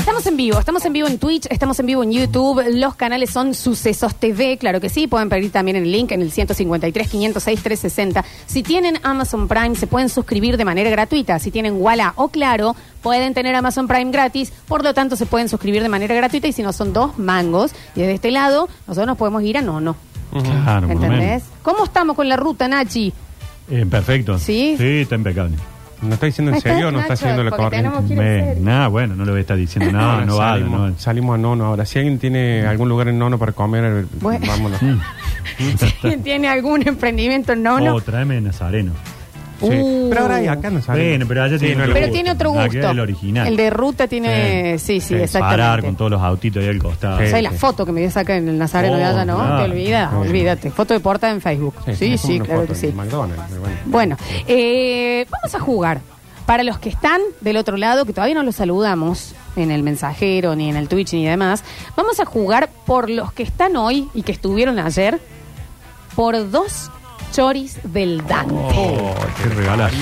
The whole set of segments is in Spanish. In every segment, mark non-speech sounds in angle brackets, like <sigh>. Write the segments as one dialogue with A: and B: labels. A: Estamos en vivo, estamos en vivo en Twitch, estamos en vivo en YouTube. Los canales son Sucesos TV, claro que sí. Pueden pedir también el link en el 153 506 360. Si tienen Amazon Prime, se pueden suscribir de manera gratuita. Si tienen Walla o Claro, pueden tener Amazon Prime gratis. Por lo tanto, se pueden suscribir de manera gratuita. Y si no, son dos mangos. Y desde este lado, nosotros nos podemos ir a no, no.
B: Claro, por lo
A: ¿Entendés? ¿Cómo estamos con la ruta, Nachi?
B: menos. Eh, perfecto.
A: ¿Sí?
B: Sí, está impecable.
C: ¿No está diciendo en
A: Ahí
C: serio o no
A: Nacho,
C: está haciendo la
A: porque
C: corriente?
A: tenemos que ir en
B: Ve,
A: serio.
B: Nah, bueno, no lo voy a
A: <laughs>
B: estar diciendo. No,
C: Ahora
B: no vale.
C: salimos,
B: No. Mm.
C: salimos a nono ahora. Si alguien tiene algún lugar en nono para comer, eh,
A: Bueno.
B: <laughs>
C: vámonos.
A: <laughs> ¿Quién tiene algún emprendimiento? No, no.
B: Oh, tráeme Nazareno.
C: Sí.
A: Uh.
C: Pero ahora hay acá no salimos.
B: Bueno, pero allá
C: Sí,
B: tiene
C: no
B: otro
C: lo-
A: Pero
B: gusto.
A: tiene otro
B: Nada
A: gusto.
B: que ver el original.
A: El de ruta tiene. Sí, sí, exactamente.
B: Parar con todos los autitos ahí al costado.
C: Sí.
A: O sea, la foto que me voy a sacar en el Nazareno de
B: Oh,
A: allá, ¿no?
B: claro.
A: Te olvidas,
C: Sí.
A: olvídate. Foto de portada en Facebook. Sí, sí,
C: es como una
A: claro
C: foto
A: que
C: de
A: sí.
C: McDonald's, pero bueno.
A: Bueno, eh, vamos a jugar. Para los que están del otro lado, que todavía no los saludamos en el mensajero, ni en el Twitch, ni demás, vamos a jugar por los que están hoy y que estuvieron ayer, por dos choris del Dante.
B: Oh, qué regalar.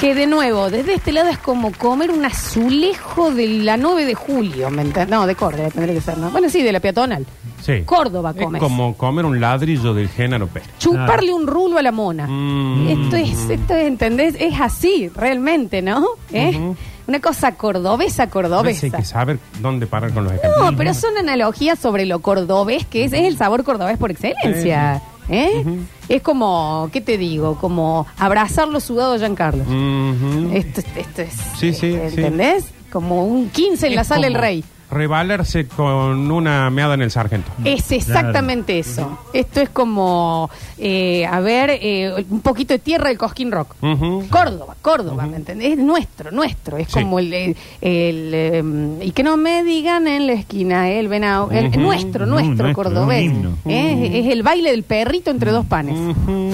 A: Que de nuevo, desde este lado es como comer un azulejo de la 9 de julio, ¿me enten- No, de Córdoba tendría que ser, ¿no? Bueno, sí, de la peatonal.
C: Sí.
A: Córdoba
C: Es
A: comes.
C: como comer un ladrillo del Génaro Pérez.
A: Chuparle un rulo a la mona.
C: Mm.
A: Esto es, esto es, ¿entendés? Es así, realmente, ¿no? ¿Eh? Una cosa cordobesa,
C: Entonces
A: cordobesa.
C: Hay que saber dónde parar con los ejemplos.
A: No, pero son analogías sobre lo cordobés, que es, es el sabor cordobés por excelencia. ¿eh? Es como, ¿qué te digo? Como abrazar lo sudado de Giancarlo.
C: Mhm.
A: Esto, esto es. eh,
C: Sí, sí, sí.
A: ¿Entendés? Como un 15 en la
C: Es
A: sala del
C: como
A: rey.
C: Rebalarse con una meada en el sargento.
A: Es exactamente eso. Esto es como, eh, a ver, eh, un poquito de tierra del Cosquín Rock.
C: Ujú.
A: Córdoba, Córdoba, ¿me entendés? Es nuestro, nuestro. Es
C: Sí.
A: como el, el- el, em, Y que no me digan en la esquina, el venado. el-
C: Ujú.
A: Nuestro,
B: Mm,
A: nuestro,
B: nuestro,
A: cordobés.
B: un himno.
A: ¿eh? Es, el baile del perrito entre dos panes.
C: Ujú.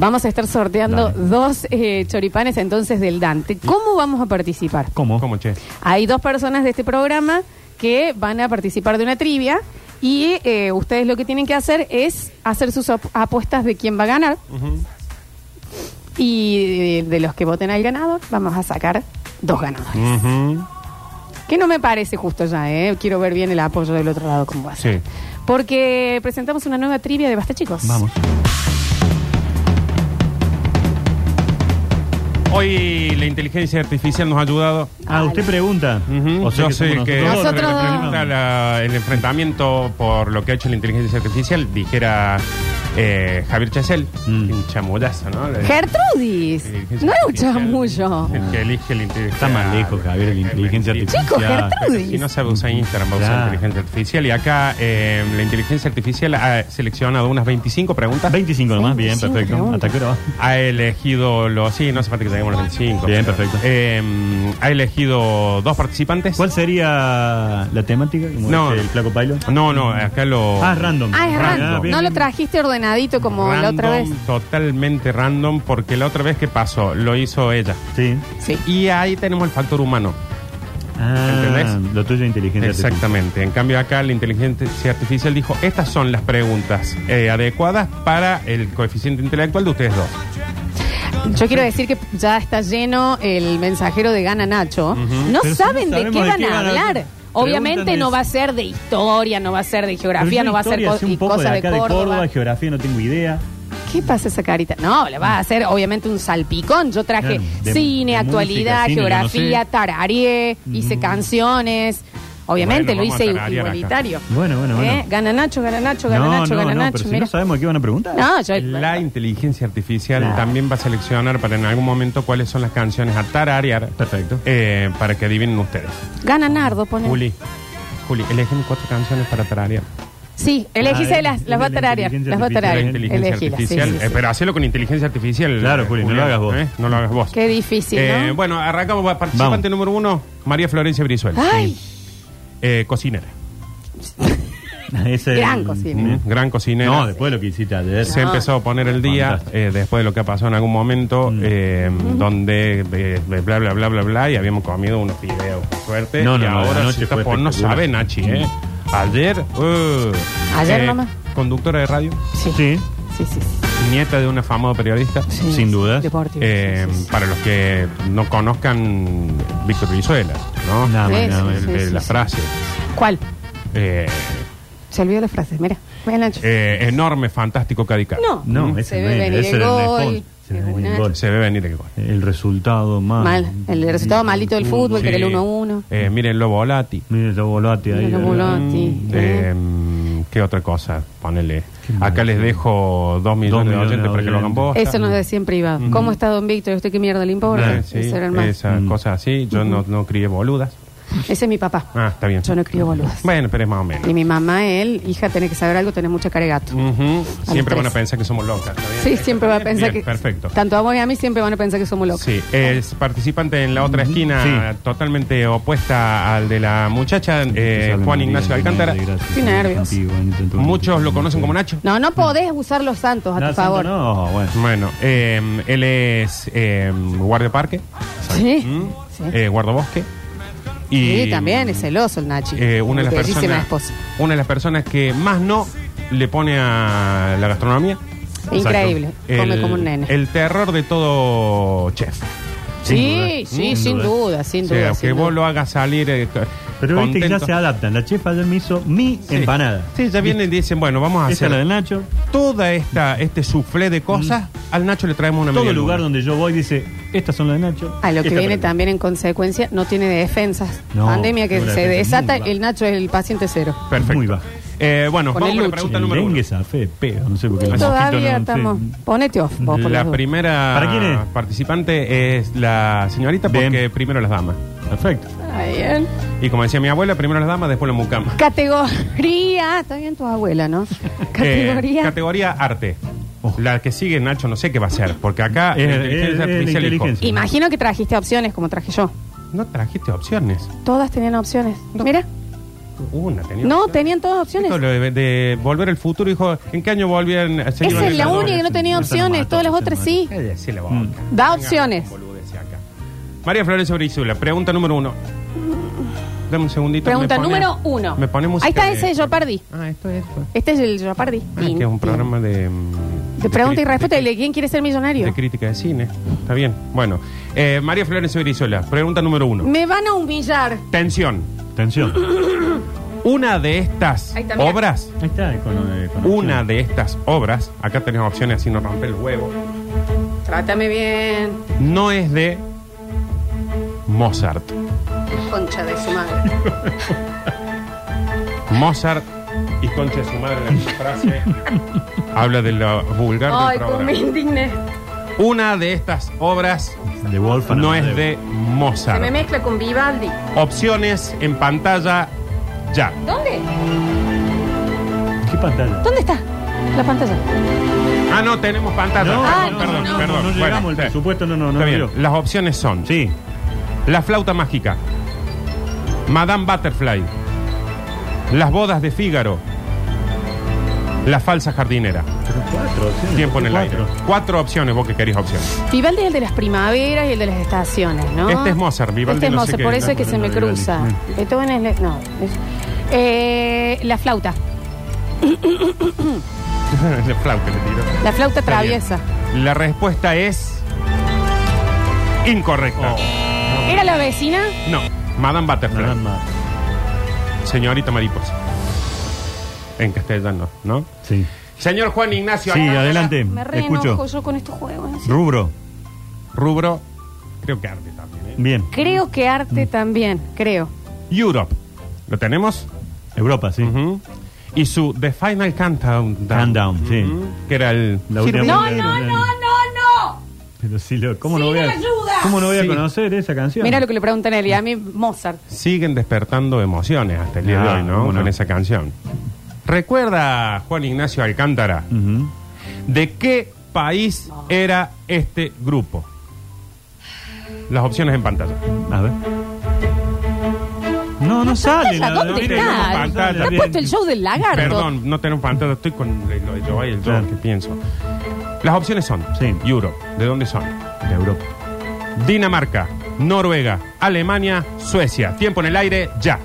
A: Vamos a estar sorteando
B: Dale.
A: dos eh, choripanes entonces del Dante. ¿Cómo vamos a participar?
B: ¿Cómo?
C: ¿Cómo, che?
A: Hay dos personas de este programa que van a participar de una trivia y eh, ustedes lo que tienen que hacer es hacer sus op- apuestas de quién va a ganar
C: Ujú.
A: y de, de los que voten al ganador vamos a sacar dos ganadores.
C: Ujú.
A: Que no me parece justo ya, ¿eh? quiero ver bien el apoyo del otro lado como va a ser.
C: Sí.
A: Porque presentamos una nueva trivia de Basta Chicos.
B: Vamos.
C: Hoy la inteligencia artificial nos ha ayudado.
B: Ah, usted pregunta.
C: Ujú.
B: O sea
C: Yo
B: que
C: soy el
B: somos
C: que
B: nosotros
A: Nosotros
B: los
A: dos.
B: que
C: representa
B: preguntamos.
C: la- el enfrentamiento por lo que ha hecho la inteligencia artificial, dijera eh, Javier Chesel,
B: Mm.
C: un chamullazo, ¿no? La-
A: Gertrudis,
C: la inteligencia
A: no era un
C: artificial,
A: chamullo.
C: El que elige la inteligencia
B: Está más lejos, Javier, la inteligencia artificial.
A: Chicos,
B: Ya.
A: Gertrudis.
C: Si no sabe usar Instagram, va a usar
B: Claro.
C: inteligencia artificial. Y acá eh, la inteligencia artificial ha seleccionado unas 25 preguntas.
B: 25 nomás, bien,
A: 25
B: perfecto.
A: preguntas.
B: ¿Hasta qué hora va?
C: Ha elegido los. Sí, no hace falta que lleguemos a los 25.
B: Bien, perfecto.
C: Eh, ha elegido dos participantes.
B: ¿Cuál sería la temática? Como
C: No.
B: dice el flaco pailo.
C: No, no, acá lo.
B: Ah, random.
A: Ah, es
C: Random.
A: random. No lo trajiste ordenadito como la otra vez.
C: Random, Totalmente random, porque la otra vez que pasó, lo hizo ella.
B: Sí.
A: Sí.
C: Y ahí tenemos el factor humano.
B: Ah,
C: ¿Entendés?
B: Lo tuyo es inteligente.
C: Exactamente. En cambio, acá la inteligencia artificial dijo: Estas son las preguntas eh, adecuadas para el coeficiente intelectual de ustedes dos.
A: Yo quiero decir que ya está lleno el mensajero de Gana Nacho. No
B: Pero si
A: saben
B: no
A: de qué
B: sabemos de
A: van
B: qué
A: a
B: van a
A: hablar.
B: hablar.
A: Obviamente
B: Preguntan
A: no
B: es-
A: va a ser de historia, no va a ser de
B: Pero
A: geografía,
B: yo
A: no va a ser
B: historia,
A: co-
B: sé un
A: y
B: poco
A: cosa
B: de acá de Córdoba, geografía, no tengo idea.
A: ¿Qué pasa esa carita? No, le va a hacer obviamente un salpicón. Yo traje
B: Claro, de-
A: cine,
B: de
A: actualidad,
B: música, cine,
A: geografía,
B: yo no sé.
A: tarareé, hice canciones. Obviamente
C: Bueno,
A: lo
C: vamos a
A: hice
C: tararear acá.
A: igualitario.
B: Bueno, bueno,
A: ¿Eh?
B: bueno.
A: Gana Nacho, gana Nacho, gana Nacho, gana Nacho.
B: pero si
A: mira.
B: no sabemos de qué van a preguntar.
A: No, yo-
C: La inteligencia artificial
B: Claro.
C: también va a seleccionar para en algún momento cuáles son las canciones a tararear.
B: Perfecto.
C: eh, para que adivinen ustedes.
A: Gana Nardo, pone.
C: Juli, Juli, eligen cuatro canciones para tararear.
A: Sí, elegíse
B: Ah,
A: las, las
B: de la
A: va a tararear,
B: inteligencia
A: Las va a
B: artificial.
A: tararear.
C: la inteligencia
A: Elegílas, sí,
C: artificial.
A: sí, sí.
C: Eh, pero hacelo con inteligencia artificial.
B: Claro,
C: eh,
B: Juli, no
C: Julián,
B: lo hagas vos.
C: ¿eh? No lo hagas vos.
A: Qué difícil,
C: Eh,
A: ¿no?
C: Bueno, arrancamos. va, Participante
B: Vamos.
C: número uno, María Florencia Brizuela.
A: Ay,
C: Eh, cocinera.
B: <laughs> Ese-
A: Gran cocina.
C: Mm, Gran cocinera.
B: No, después de lo que hiciste ayer.
C: Se
A: No.
C: empezó a poner el día
B: Fantástico. Mm.
C: eh, después de lo que pasó en algún momento, eh, donde eh, bla, bla, bla, bla, bla, y habíamos comido unos fideos, por suerte.
B: No, no,
C: y
B: no,
C: ahora
B: la
C: se
B: noche
C: está
B: fue
C: pon- no
B: espectacular. Mm.
C: sabe, Nachi, ¿eh? Ayer, uh,
A: Ayer
C: eh,
A: nomás.
C: Conductora de radio.
A: sí.
B: Sí.
A: Sí, sí, sí.
C: nieta de un afamado periodista.
A: Sí,
B: Sin dudas.
A: Deportivo.
C: Eh,
A: sí, sí, sí.
C: Para los que no conozcan Víctor Brizuela, ¿no?
B: Nada más,
A: Sí,
B: nada más.
A: sí,
C: El-
A: sí,
C: el-
A: sí,
C: la
A: sí.
C: frase.
A: ¿Cuál?
C: Eh,
A: Se olvidó la frase. Mira, mira Nacho.
C: eh, enorme, fantástico Cadica.
A: no.
B: No, eh.
A: se
B: ese no
A: ve
B: era,
A: venir
B: ese
A: el
B: era el
A: gol.
B: gol. Se ve venir el gol.
C: Se ve venir el gol.
B: El resultado más.
A: Mal. El resultado malito del fútbol, pero el 1-1.
C: Eh, miren lo volati.
B: Uh, Mire, lo volate ahí.
A: Mira, lo volati.
C: Eh, ¿Qué otra cosa? Ponele. Acá les dejo dos
B: millones
C: millones, de
B: de
C: oyentes para que lo hagan vos.
B: oyentes.
A: Eso nos decía en privado. ¿Cómo está don Víctor? ¿Usted qué mierda le importa?
B: Eh,
C: Sí,
A: Eso era el más.
C: esas
B: Mm.
C: cosas así. Yo no, no crié boludas.
A: Ese es mi papá.
C: Ah, está bien.
A: Yo no crío boludas.
C: Bueno, pero es más o menos.
A: Y mi mamá, él, hija, tiene que saber algo, tiene mucha cara de
C: Mm.
A: gato.
C: Ujú.
A: A
C: Siempre
A: los
C: van a
A: tres.
C: pensar que somos locas. ¿está bien?
A: Sí, siempre va a pensar
C: Bien,
A: que.
C: Perfecto.
A: Tanto a vos y a mí siempre van a pensar que somos locos.
C: Sí, es participante en la otra esquina, totalmente opuesta al de la muchacha, eh, Juan Ignacio Alcántara.
A: Qué nervios.
B: este
C: Muchos lo conocen como Nacho.
A: No, no podés usar los santos, a tu Ah, favor.
B: No, bueno.
C: Bueno, eh, él es eh, guardia parque,
A: Sí.
C: ¿m?
A: Sí.
C: eh, guardabosque. Y mm,
A: Sí,
B: mm,
A: también es celoso el Nachi.
C: eh, una, de las
A: Tu bellísima
C: personas,
A: esposa.
C: una de las personas que más no le pone a la gastronomía.
A: Increíble.
C: El,
A: Come como un nene.
C: el terror de todo chef.
A: sí, sí,
B: Sin
A: sin
B: duda.
A: duda, sin
C: O sea,
A: duda.
C: que
A: sin
C: vos
A: duda.
C: lo hagas salir. eh,
B: Pero viste que ya
C: contento.
B: se adaptan. La chefa ayer me hizo mi
C: Sí.
B: empanada.
C: Sí, ya vienen y dicen, bueno, vamos a
B: Esta es la
C: hacer
B: del Nacho.
C: toda esta este suflé de cosas. Al Nacho le traemos una
B: Todo
C: media
B: lugar
C: luna.
B: donde yo voy dice, estas son las de Nacho.
A: A lo que
B: esta
A: viene
B: para-
A: también en consecuencia, no tiene defensas.
B: No,
A: Pandemia que
B: no, la
A: se
B: defensa es muy
A: desata,
B: baja.
A: el Nacho es el paciente cero.
C: Perfecto.
B: Muy baja.
C: Eh, bueno,
A: Con
C: vamos
A: el
C: a la
A: Lucho.
C: pregunta
B: El
C: número uno.
B: dengue es a fe de pedo. No sé por qué. los mosquitos
A: Todavía
B: no-
A: estamos.
B: sí.
A: Ponete off, vos por las
C: La
A: dudas.
C: primera
B: ¿Para quién es?
C: participante es la señorita, porque
B: Bien.
C: primero las damas.
B: Perfecto.
A: Está bien.
C: Y como decía mi abuela, primero las damas, después la mucama.
A: Categoría. Está bien tu abuela,
B: <laughs>
A: ¿no?
C: Eh,
A: <laughs> Categoría.
C: categoría arte.
B: Ojo.
C: La que sigue, Nacho, no sé qué va a ser, porque acá
B: Eh, eh, eh,
C: la
B: la
C: inteligencia artificial dijo,
B: inteligencia.
A: Imagino que trajiste opciones como traje yo.
C: no trajiste opciones.
A: Todas tenían opciones. Mira,
C: Una tenía.
A: no,
C: opciones.
A: tenían todas opciones.
C: Esto lo de, de volver al futuro, dijo, ¿en qué año volvían?
A: Esa es la única que no tenía
B: Esa no
A: opciones,
B: mata,
A: todas las
B: esa
A: otras
B: no
A: sí.
C: Cállese Eh, la boca.
B: Mm.
A: Da
C: Venga,
A: opciones.
C: boludeces acá. María Florencia Brizuela, pregunta número uno. Dame un segundito. que
A: Pregunta
C: me pone-
A: número uno.
C: Me pone música
A: Ahí está
C: de-
A: ese, yo perdí.
C: Ah, esto es esto.
A: Este es el Jeopardy.
C: Ah, que es un programa de... mm,
A: De pregunta y
C: cri-
A: respuesta,
C: de
A: ¿y de quién quiere ser millonario?
C: De crítica de cine. Está bien. Bueno, eh, María Florencia Brizuela, pregunta número uno.
A: Me van a humillar.
C: Tensión.
B: Atención.
C: Una de estas
A: Ahí está, mira.
C: obras,
B: Ahí está. Con, eh, con
C: una de estas obras, acá tenés opciones así no rompe el huevo,
A: Trátame bien.
C: no es de Mozart.
A: Concha de su madre.
C: Mozart y concha de su madre en la
A: <laughs>
C: misma frase habla de lo vulgar
A: Ay,
C: del
A: cómo me
C: programa.
A: indigné.
C: Una de estas obras
B: De Wolf.
C: no es de
A: Se me
C: Mozart.
A: mezcla con Vivaldi.
C: Opciones en pantalla ya.
A: ¿Dónde?
B: ¿Qué pantalla?
A: ¿Dónde está? La pantalla.
C: Ah, no, tenemos pantalla.
B: No,
A: Ah, no,
C: perdón, perdón,
A: no,
C: perdón.
B: No
C: Bueno,
B: llegamos,
C: está-
B: el presupuesto no, no, no.
C: está bien.
B: llegó.
C: Las opciones son
B: Sí.
C: La flauta mágica, Madame Butterfly, Las bodas de Fígaro, La falsa jardinera.
B: Pero Cuatro. opciones,
C: Tiempo en el aire.
B: cuatro.
C: Cuatro opciones, vos que querés opciones. <laughs>
A: Vivaldi es el de las primaveras y el de las estaciones, ¿no?
C: Este es Mozart, Vivaldi
A: Este es
C: no sé
A: Mozart,
C: qué,
A: por
C: no,
A: eso es que
B: no,
A: se
B: no,
A: me
B: Vivaldi.
A: cruza.
B: Mm.
A: Beethoven es... le- No. es- Eh, la flauta.
C: La flauta le tiró.
A: La flauta
C: Está bien.
A: traviesa.
C: La respuesta es incorrecta.
B: Oh.
A: ¿Era la vecina?
C: No, Madame Butterfly,
B: Nada más.
C: señorita mariposa. En castellano, ¿no?
B: Sí.
C: Señor Juan Ignacio,
B: Sí,
C: acá-
B: adelante.
A: Me reenojo
B: Escucho.
A: yo con estos juegos.
B: Rubro.
C: rubro, creo que arte también. ¿eh?
B: Bien.
A: Creo que arte también, creo.
C: Europe, ¿lo tenemos?
B: Europa, sí.
C: Ujú. Y su The Final Countdown.
B: Countdown, sí.
C: Que era el...
B: La
C: Sirve-
B: última.
A: No, no, no, no, no.
B: Pero sí, lo- ¿cómo, no
A: Sí,
B: voy a,
A: me ayuda.
B: ¿cómo no voy a
C: Sí.
B: conocer esa canción?
A: Mira lo que le preguntan a él y a mí Mozart.
C: siguen despertando emociones hasta el día de
B: Ah,
C: hoy, ¿no?
B: ¿cómo no?
C: Con esa canción. Recuerda, Juan Ignacio Alcántara,
B: Ujú.
C: ¿de qué país era este grupo? Las opciones en pantalla.
B: A ver. No, no sale.
A: pantalla, ¿dónde
B: mira,
A: está?
B: no sale,
C: Pantalla.
B: está
A: ¿Has
B: bien.
A: puesto el show del lagarto?
C: Perdón, no tenemos pantalla, estoy con lo de Joey, el Joe,
B: Claro.
C: que pienso. Las opciones son
B: Sí.
C: Europe, ¿de dónde son?
B: De Europa.
C: Dinamarca, Noruega, Alemania, Suecia. Tiempo en el aire, ya.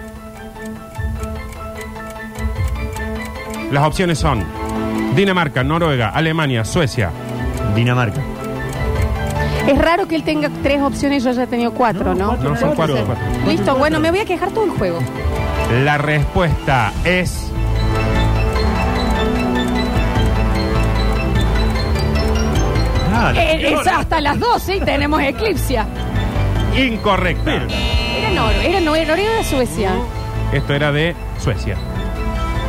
C: Las opciones son Dinamarca, Noruega, Alemania, Suecia.
B: Dinamarca.
A: Es raro que él tenga tres opciones y yo haya tenido cuatro, ¿no?
B: No,
C: No, son cuatro.
B: Cuatro.
C: cuatro.
A: Listo, bueno, me voy a quejar todo el juego.
C: La respuesta es.
B: Ah, la-
A: Eh, es hasta las 12 y tenemos eclipsia.
C: Incorrecta.
A: Era Noruega, era Nor- Noruega de Suecia.
C: Esto era de Suecia.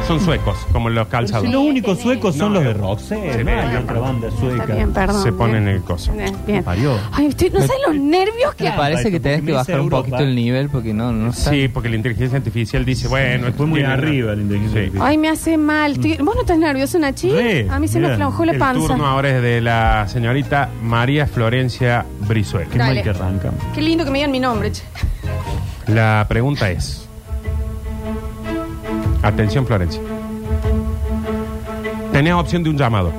C: Son suecos, como los calzados.
B: Si los únicos suecos son
C: No,
B: los de
C: no.
B: Roxette,
C: Sí,
B: no hay
C: no,
B: otra
C: no.
B: banda
A: Está bien,
B: sueca.
A: perdón.
C: Se ponen
A: Eh,
C: el coso.
A: eh, Bien.
B: Parió.
A: Ay, estoy- no sé los nervios que
D: Me
A: hay.
D: parece que tenés
B: Porque
D: que
B: me dice
D: bajar un
B: Europa.
D: poquito el nivel porque no, no está.
C: Sí, porque la inteligencia artificial dice, bueno, esto
B: Fue muy
C: tiene-
B: arriba la inteligencia
C: Sí.
B: artificial.
A: Ay, me hace mal. Estoy- ¿Vos no estás nervioso, Nachi?
B: Re,
A: A mí se me
B: mirá,
A: aflojó la
C: El
A: panza.
C: turno ahora es de la señorita María Florencia
B: Qué
C: Brizuela.
A: Dale.
B: mal que arrancamos.
A: Qué lindo que me digan mi nombre, che.
C: La pregunta es. Atención, Florencia. Tenés opción de un llamado.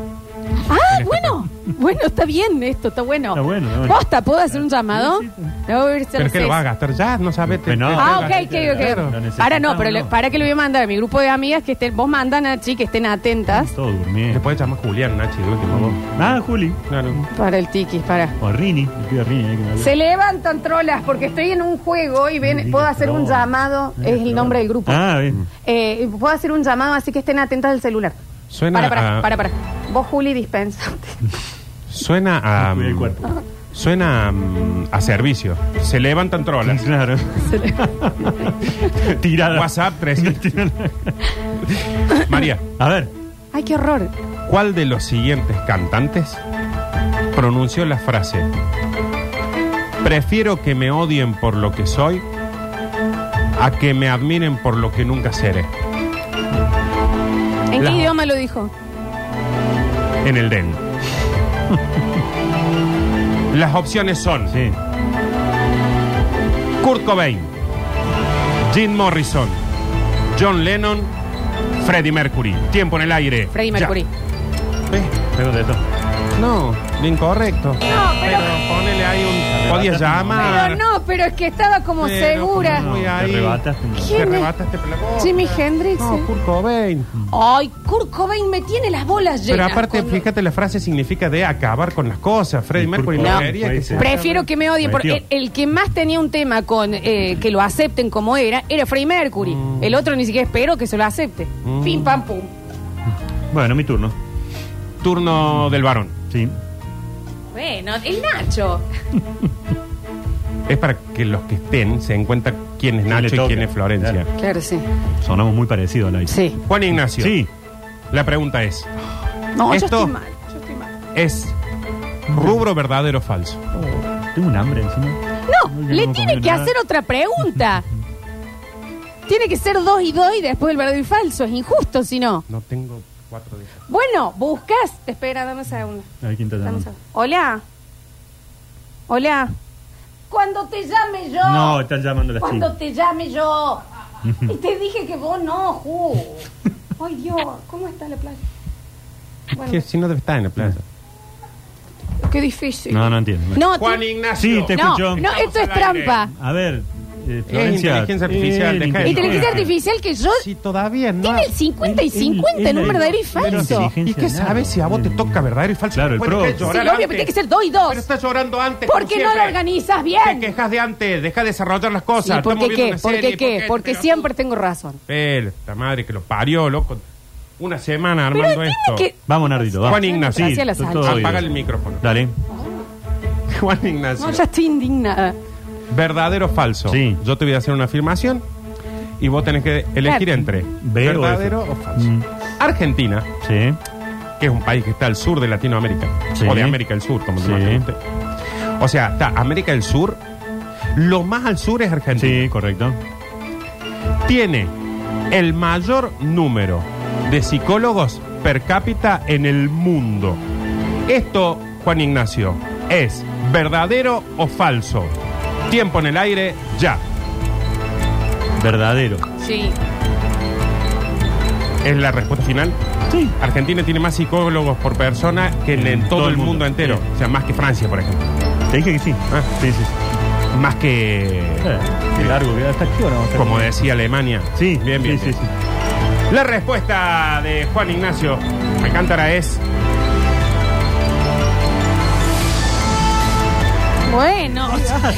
A: Ah,
B: <laughs>
A: bueno. Bueno, está bien esto, está bueno.
B: Está bueno, está bueno.
A: Posta, ¿puedo hacer un llamado?
B: Sí, sí,
A: Le voy a decir a
C: ¿Pero
A: las
C: qué lo
A: seis.
C: vas a gastar ya? No sabes. te-
B: Bueno,
C: te-
A: Ah,
B: Lo
A: ok, ok,
B: necesitamos,
A: ok.
B: lo necesitamos,
A: Ahora no, pero le-
B: ¿no?
A: para que le voy a mandar a mi grupo de amigas que estén. Vos mandan a Nachi que estén atentas.
B: Todo
C: Te
B: durmiendo.
C: puedes llamar Julián, Nachi, de último vos.
B: Ah, Juli.
C: Claro.
A: Para el tiquis, para.
B: O Rini. El pibe Rini. hay que hablar.
A: Se levantan trolas porque estoy en un juego y ven,
B: Diga
A: puedo hacer un
B: troll.
A: llamado.
B: Diga
A: Es el
B: troll.
A: nombre del grupo.
B: Ah,
C: Mm.
B: bien.
A: Eh, puedo hacer un llamado, así que estén atentas al celular.
C: Suena
A: Para, para,
C: a-
B: ah.
A: para, para. Vos, Juli, dispensate.
C: Suena a.
B: Cuida el cuerpo.
C: Ah, Suena mm, a servicio. Se levantan trolas. <laughs>
B: Claro. Tirada.
C: WhatsApp 300. María,
B: A ver.
A: Ay, qué horror.
C: ¿cuál de los siguientes cantantes pronunció la frase Prefiero que me odien por lo que soy a que me admiren por lo que nunca seré?
A: ¿En
C: La-
A: qué idioma lo dijo?
C: En el den. Las opciones son
B: Sí.
C: Kurt Cobain, Jim Morrison, John Lennon, Freddie Mercury. Tiempo en el aire.
A: Freddy
C: Ya.
A: Mercury.
C: ¿Ves?
B: Me contestó.
C: No, incorrecto.
A: No, pero,
C: ponele ahí un. Podías llamar.
A: pero no, pero es que estaba como
C: Ah. Pero,
A: segura.
C: Muy
B: te
C: ahí.
A: ¿Qué?
B: arrebataste.
C: Te
A: ¿Quién es?
C: arrebataste pero la boca.
A: Jimi Hendrix,
C: No,
A: eh.
C: Kurt Cobain.
A: Ay, Kurt Cobain me tiene las bolas llenas.
C: Pero aparte,
A: con-
C: fíjate, la frase significa de acabar con las cosas.
B: Y
C: Freddie
B: Kurt
C: Mercury no
A: Cobain
C: quería
B: fue
C: que
B: ese.
C: se-
A: Prefiero que me odien, porque el,
B: Metió.
A: el que más tenía un tema con eh, que lo acepten como era, era Freddie Mercury.
C: Mm.
A: El otro ni siquiera espero que se lo acepte. Pim, pam, pum.
B: Bueno, mi turno.
C: Turno del varón.
B: Sí.
A: Bueno, el Nacho.
C: Es para que los que estén se den cuenta quién es
B: le
C: Nacho y
B: toca.
C: quién es Florencia.
B: Claro.
A: Claro, sí.
B: Sonamos muy parecidos al aire.
A: Sí.
C: Juan Ignacio.
B: Sí.
C: La pregunta es:
A: No,
C: Esto-
A: yo estoy mal. Yo estoy mal.
C: ¿es rubro verdadero o falso?
B: Tengo un hambre encima.
A: No,
B: No, yo
A: le
B: no
A: tiene
B: comí
A: que
B: nada.
A: hacer otra pregunta. tiene que ser dos y dos y después el verdadero y falso. Es injusto si no.
C: No tengo cuatro de
A: Bueno, buscas. Espera, dame un segundo.
B: A ver quién está
A: Dame un
B: llamando.
A: segundo. Hola. Hola. Cuando te llame yo.
B: No, están llamando las
A: Cuando
B: chicas.
A: te llame yo.
B: <laughs>
A: Y te dije que vos no, Ju. Ay, Dios, ¿cómo está la playa?
C: Que
A: Bueno,
C: si no debe estar en la plaza.
A: qué difícil.
B: No, no entiendo.
A: No,
C: Juan
A: te-
C: Ignacio.
B: Sí, te-
A: no,
B: escucho.
A: no, esto es
C: Estamos al aire.
A: trampa.
B: A ver, eh, Florencia.
C: inteligencia artificial,
B: Eh,
C: deja de-
A: Inteligencia artificial que yo
C: Si todavía no.
A: tiene el 50 y
B: El- el-
A: 50 en
B: el-
A: un verdadero y
B: el-
A: falso.
B: inteligencia.
C: ¿Y qué sabes si a vos te toca verdadero y falso?
B: Claro, el
C: Bueno,
B: pro.
C: deja de llorar
A: Sí, obvio, pero
C: antes.
A: tiene que ser dos y dos.
C: Pero estás llorando antes.
A: ¿Por
C: como
A: qué no lo
C: siempre.
A: organizas
C: Te
A: bien?
C: quejas de antes, deja de desarrollar las cosas.
A: ¿Y por
C: Estamos
A: qué
C: viendo
A: qué?
C: una
A: ¿Por
C: serie,
A: qué qué?
C: qué?
A: Porque
C: Pero-
A: siempre tengo razón.
C: Pero, la madre que lo parió, loco. Una semana
A: Pero
C: armando
A: tiene
C: esto.
A: que...
B: Vamos, Nardito. Vamos.
C: Juan Ignacio.
A: Gracias a la
B: Sí,
A: sal.
B: todo bien.
C: Apaga el micrófono.
B: Dale.
C: <laughs> Juan Ignacio.
A: No, ya estoy indignada.
C: ¿Verdadero o falso?
B: Sí.
C: Yo te voy a hacer una afirmación y vos tenés que elegir
A: Claro.
C: entre
B: B o F.
C: verdadero o falso.
B: Mm.
C: Argentina,
B: Sí.
C: que es un país que está al sur de Latinoamérica,
B: Sí.
C: o de América del Sur, como se
B: Sí.
C: O sea, está América del Sur, lo más al sur es Argentina.
B: Sí, correcto.
C: Tiene el mayor número de psicólogos per cápita en el mundo. Esto, Juan Ignacio, es verdadero o falso. Tiempo en el aire, ya.
B: Verdadero.
A: Sí.
C: ¿Es la respuesta final?
B: Sí.
C: Argentina tiene más psicólogos por persona que en, en todo, el mundo, entero.
B: Sí.
C: O sea, más que Francia, por ejemplo.
B: Te dije que sí.
C: Ah.
B: Sí, sí. sí.
C: Más que,
B: Eh, qué largo que hasta qué hora vamos a estar?
C: como decía Alemania.
B: Sí,
C: bien, bien.
B: Sí, sí, sí.
C: La respuesta de Juan Ignacio Alcántara es
A: Bueno, <laughs>
B: Ah,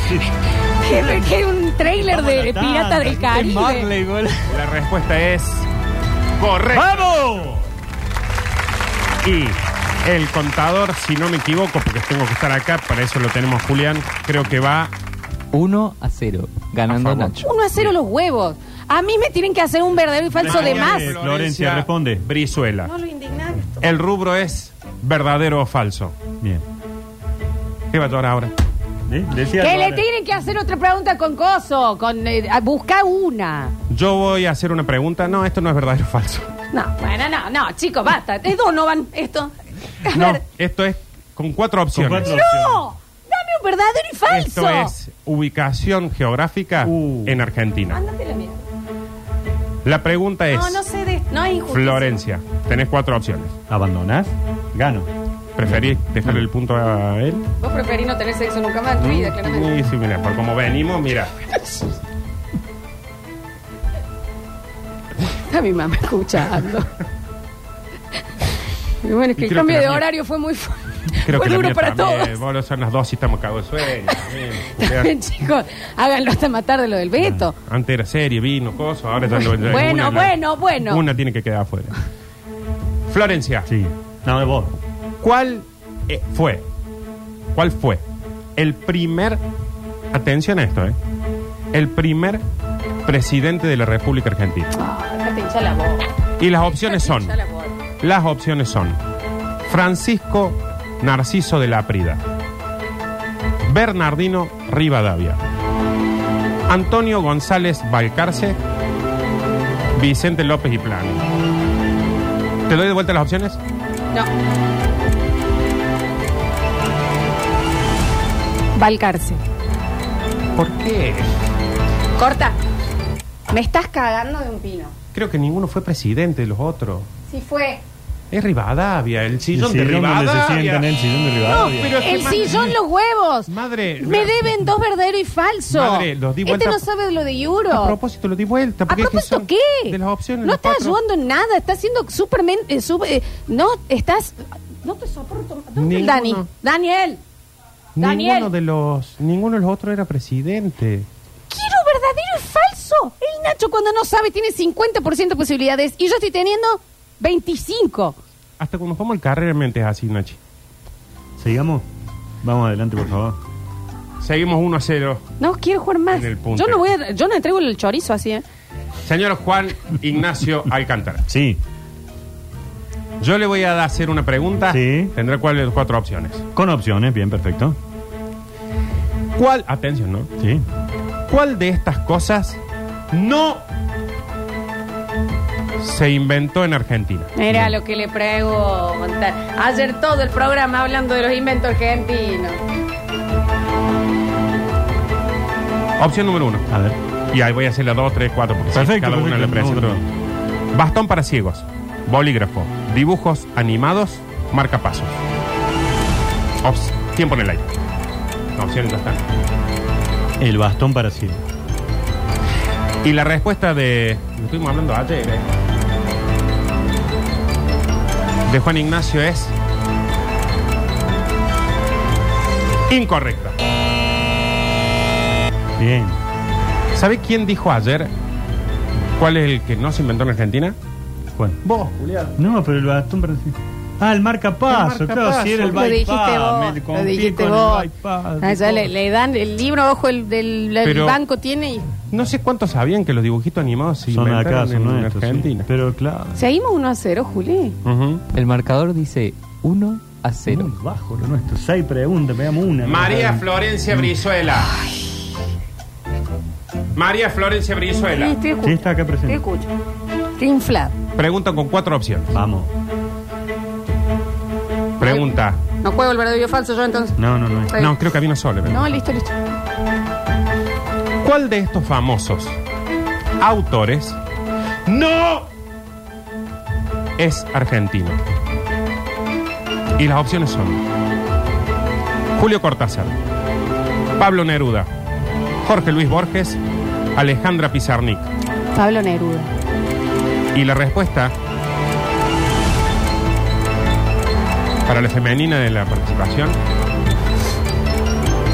A: que, que un trailer
B: Vamos a
A: de
B: matar.
A: Pirata del
B: Es
A: Caribe.
C: La respuesta es correcta.
B: ¡Vamos! Ah.
C: Y el contador, si no me equivoco, porque tengo que estar acá, para eso lo tenemos Julián, creo que va
D: 1 a 0, ganando
C: A favor.
D: Nacho.
A: 1 a 0 los huevos. A mí me tienen que hacer un verdadero y falso de
B: Dale.
A: más.
B: Eh, Florencia, responde.
C: Brizuela.
A: No lo indignás.
C: El rubro es verdadero o falso.
B: Bien.
C: ¿Qué va a tomar ahora?
B: ¿Eh? Decía
A: Que
B: algo
A: le
B: ahora.
A: tienen que hacer otra pregunta con coso, con eh, a buscar una.
C: Yo voy a hacer una pregunta. No, esto no es verdadero o falso.
A: No, bueno, no, no, chicos, basta. Es Donovan esto. <laughs> A
C: No,
A: ver.
C: esto es con cuatro opciones.
B: cuatro.
A: ¡No! Dame un verdadero y falso.
C: Esto es ubicación geográfica
B: Uh.
C: en Argentina.
A: Mándate la mierda.
C: La pregunta es,
A: No, no sé de No es injusto.
C: Florencia, tenés cuatro opciones.
B: ¿Abandonás? Gano.
C: ¿Preferís dejarle el punto a él?
A: Vos preferís no tener sexo nunca más en tu
C: Mm.
A: vida, claramente.
C: Muy similar, por como venimos, mira.
A: Está mi mamá
C: <laughs>
A: escuchando. Y bueno, es que
C: Y creo
A: el
C: que
A: cambio
C: la
A: de
C: mía-
A: horario fue muy, fu-
C: Creo
A: fue
C: que la
A: duro
C: mía
A: para
C: también.
A: todos.
C: Vos lo son las dos y estamos cagados
A: <laughs>
C: de sueño. también,
A: También,
C: Julián.
A: chicos, háganlo hasta matar de lo del Beto.
C: Antes era serie, vino, cosas, ahora ya no- ya
A: Bueno,
C: ninguna, no.
A: bueno, bueno.
C: Una tiene que quedar afuera. Florencia,
B: Sí. No, vos.
C: ¿cuál eh, fue? ¿Cuál fue? El primer, atención a esto, ¿eh? El primer presidente de la República Argentina.
A: Ah, déjate hinchar la boca.
C: Y las opciones son,
A: Hinchar la boca.
C: las opciones son Francisco Narciso de la Prida, Bernardino Rivadavia, Antonio González Balcarce, Vicente López y Plan. ¿Te doy de vuelta las opciones?
A: No. Balcarce.
C: ¿Por qué?
A: Corta. Me estás cagando de un pino.
C: Creo que ninguno fue presidente de los otros.
A: Si fue.
C: Es Rivadavia, el sillón,
B: El
C: de
B: sillón donde se
C: Rivadavia.
B: sientan en el sillón de
C: No,
B: Rivadavia.
C: pero es que
A: El
C: ma-
A: sillón, los huevos.
C: Madre,
A: Me
C: la-
A: deben dos verdadero y falso.
C: Madre, los di vuelta-
A: Este no sabe lo de
C: A
A: Euro.
C: propósito, lo di vuelta.
A: ¿A
C: porque es que
A: propósito
C: son
A: qué?
C: De las opciones.
A: no
C: las
A: estás
C: cuatro.
A: ayudando en nada, estás siendo supermen... eh, sub- eh, no, estás... No te soporto. ¿Dónde está el Dani?
C: Ninguno.
A: Daniel. Daniel.
C: Ninguno de los, ninguno de los otros era presidente.
A: Quiero verdadero y falso. El Nacho cuando no sabe tiene 50% de posibilidades y yo estoy teniendo 25.
C: Hasta cuando jugamos el carrera realmente es así, Nachi.
B: ¿Sigamos? Vamos adelante, por favor.
C: Seguimos 1 a 0.
A: No quiero jugar más.
C: En el punto.
A: Yo no voy a, yo no entrego el chorizo así, ¿eh?
C: Señor Juan <laughs> Ignacio Alcántara.
B: Sí.
C: Yo le voy a hacer una pregunta.
B: Sí.
C: Tendrá cuáles cuatro opciones.
B: Con opciones, bien, perfecto.
C: ¿Cuál, atención, ¿no?
B: Sí.
C: ¿Cuál de estas cosas no se inventó en Argentina?
A: Mira lo que le preguntan. Ayer todo el programa hablando de los inventos argentinos.
C: Opción número uno.
B: A ver.
C: Y ahí voy a hacer las dos, tres, cuatro. Porque
B: Perfecto,
C: cada una
B: perfecto,
C: le presento.
B: no,
C: Bastón para ciegos. Bolígrafo. Dibujos animados. Marcapasos. Ops, tiempo en el aire. No, opciones no están.
B: El bastón para sí.
C: Y la respuesta de. Lo estuvimos hablando ayer, eh. De Juan Ignacio es. Incorrecta.
B: Bien.
C: ¿Sabe quién dijo ayer cuál es el que no se inventó en Argentina?
B: Bueno.
C: Vos, Julián.
B: No, pero el bastón para sí. Ah, el marcapaso,
C: El
B: claro, si era el
A: Lo
B: bypass.
A: dijiste
B: me
A: vos. Lo
B: confí
A: dijiste
B: con
A: vos.
B: el bypass,
A: Ah, ya
B: todo.
A: le, le dan el libro abajo el- del, del
C: Pero-
A: banco tiene y.
C: No sé cuántos sabían que los dibujitos animados se
B: Son
C: inventaron
B: acá, son
C: en,
B: nuestros. sí.
C: Argentina.
B: Pero claro.
A: Seguimos 1 a 0, Juli.
C: Ujú.
D: El marcador dice 1 a 0.
B: Muy bajo lo nuestro. Seis preguntas, pegamos una.
C: María
B: ¿no?
C: Florencia Brizuela. María Florencia Brizuela.
A: te
B: Sí, está acá
A: Te
B: presente.
A: escucho. Qué inflado.
C: Preguntan con cuatro opciones.
B: Vamos.
C: Pregunta.
A: No juego el verdadero y falso yo entonces.
B: No, no, no.
A: Está bien.
C: pues. No, creo que había una sola. pero-
A: No, listo, listo.
C: ¿Cuál de estos famosos autores no es argentino? Y las opciones son Julio Cortázar, Pablo Neruda, Jorge Luis Borges, Alejandra Pizarnik.
A: Pablo Neruda.
C: Y la respuesta para la femenina de la participación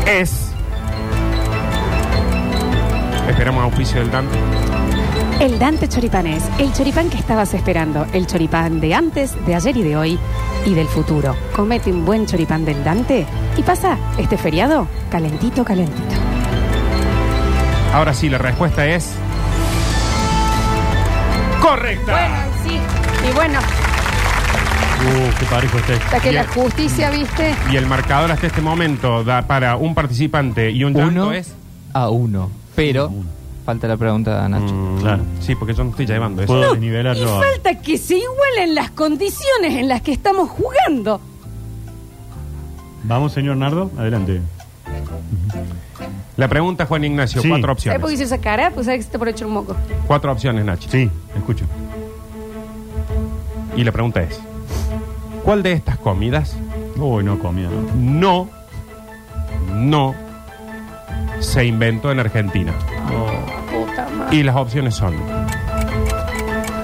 C: es. Esperamos auspicio del Dante.
A: El Dante Choripanés, el choripán que estabas esperando, el choripán de antes, de ayer y de hoy y del futuro. Comete un buen choripán del Dante y pasa este feriado calentito, calentito.
C: Ahora sí, la respuesta es. ¡Correcta!
A: Bueno, sí, y bueno,
B: Uh, qué parejo este.
A: hasta que la
C: Bien.
A: justicia, viste,
C: Y el marcador hasta este momento da para un participante y un llanto
D: Uno
C: Mm. es.
D: a uno. Pero
B: Uno a uno.
D: falta la pregunta de Nacho.
C: Mm,
B: Claro.
C: Sí, porque yo no estoy llevando eso.
B: Puedo desnivelar
A: Y
B: yo. ahora.
A: falta que se igualen las condiciones en las que estamos jugando.
B: Vamos, señor Nardo, adelante.
C: La pregunta, Juan Ignacio,
B: Sí.
C: cuatro
A: ¿Sabes por qué
C: opciones.
A: hice esa cara? Pues sabes que se te por echar un moco.
C: Cuatro opciones, Nacho.
B: Sí, escucho.
C: Y la pregunta es: ¿Cuál de estas comidas
B: Uy, no comía, no.
C: no, no se inventó en Argentina?
A: Puta madre.
C: Y las opciones son: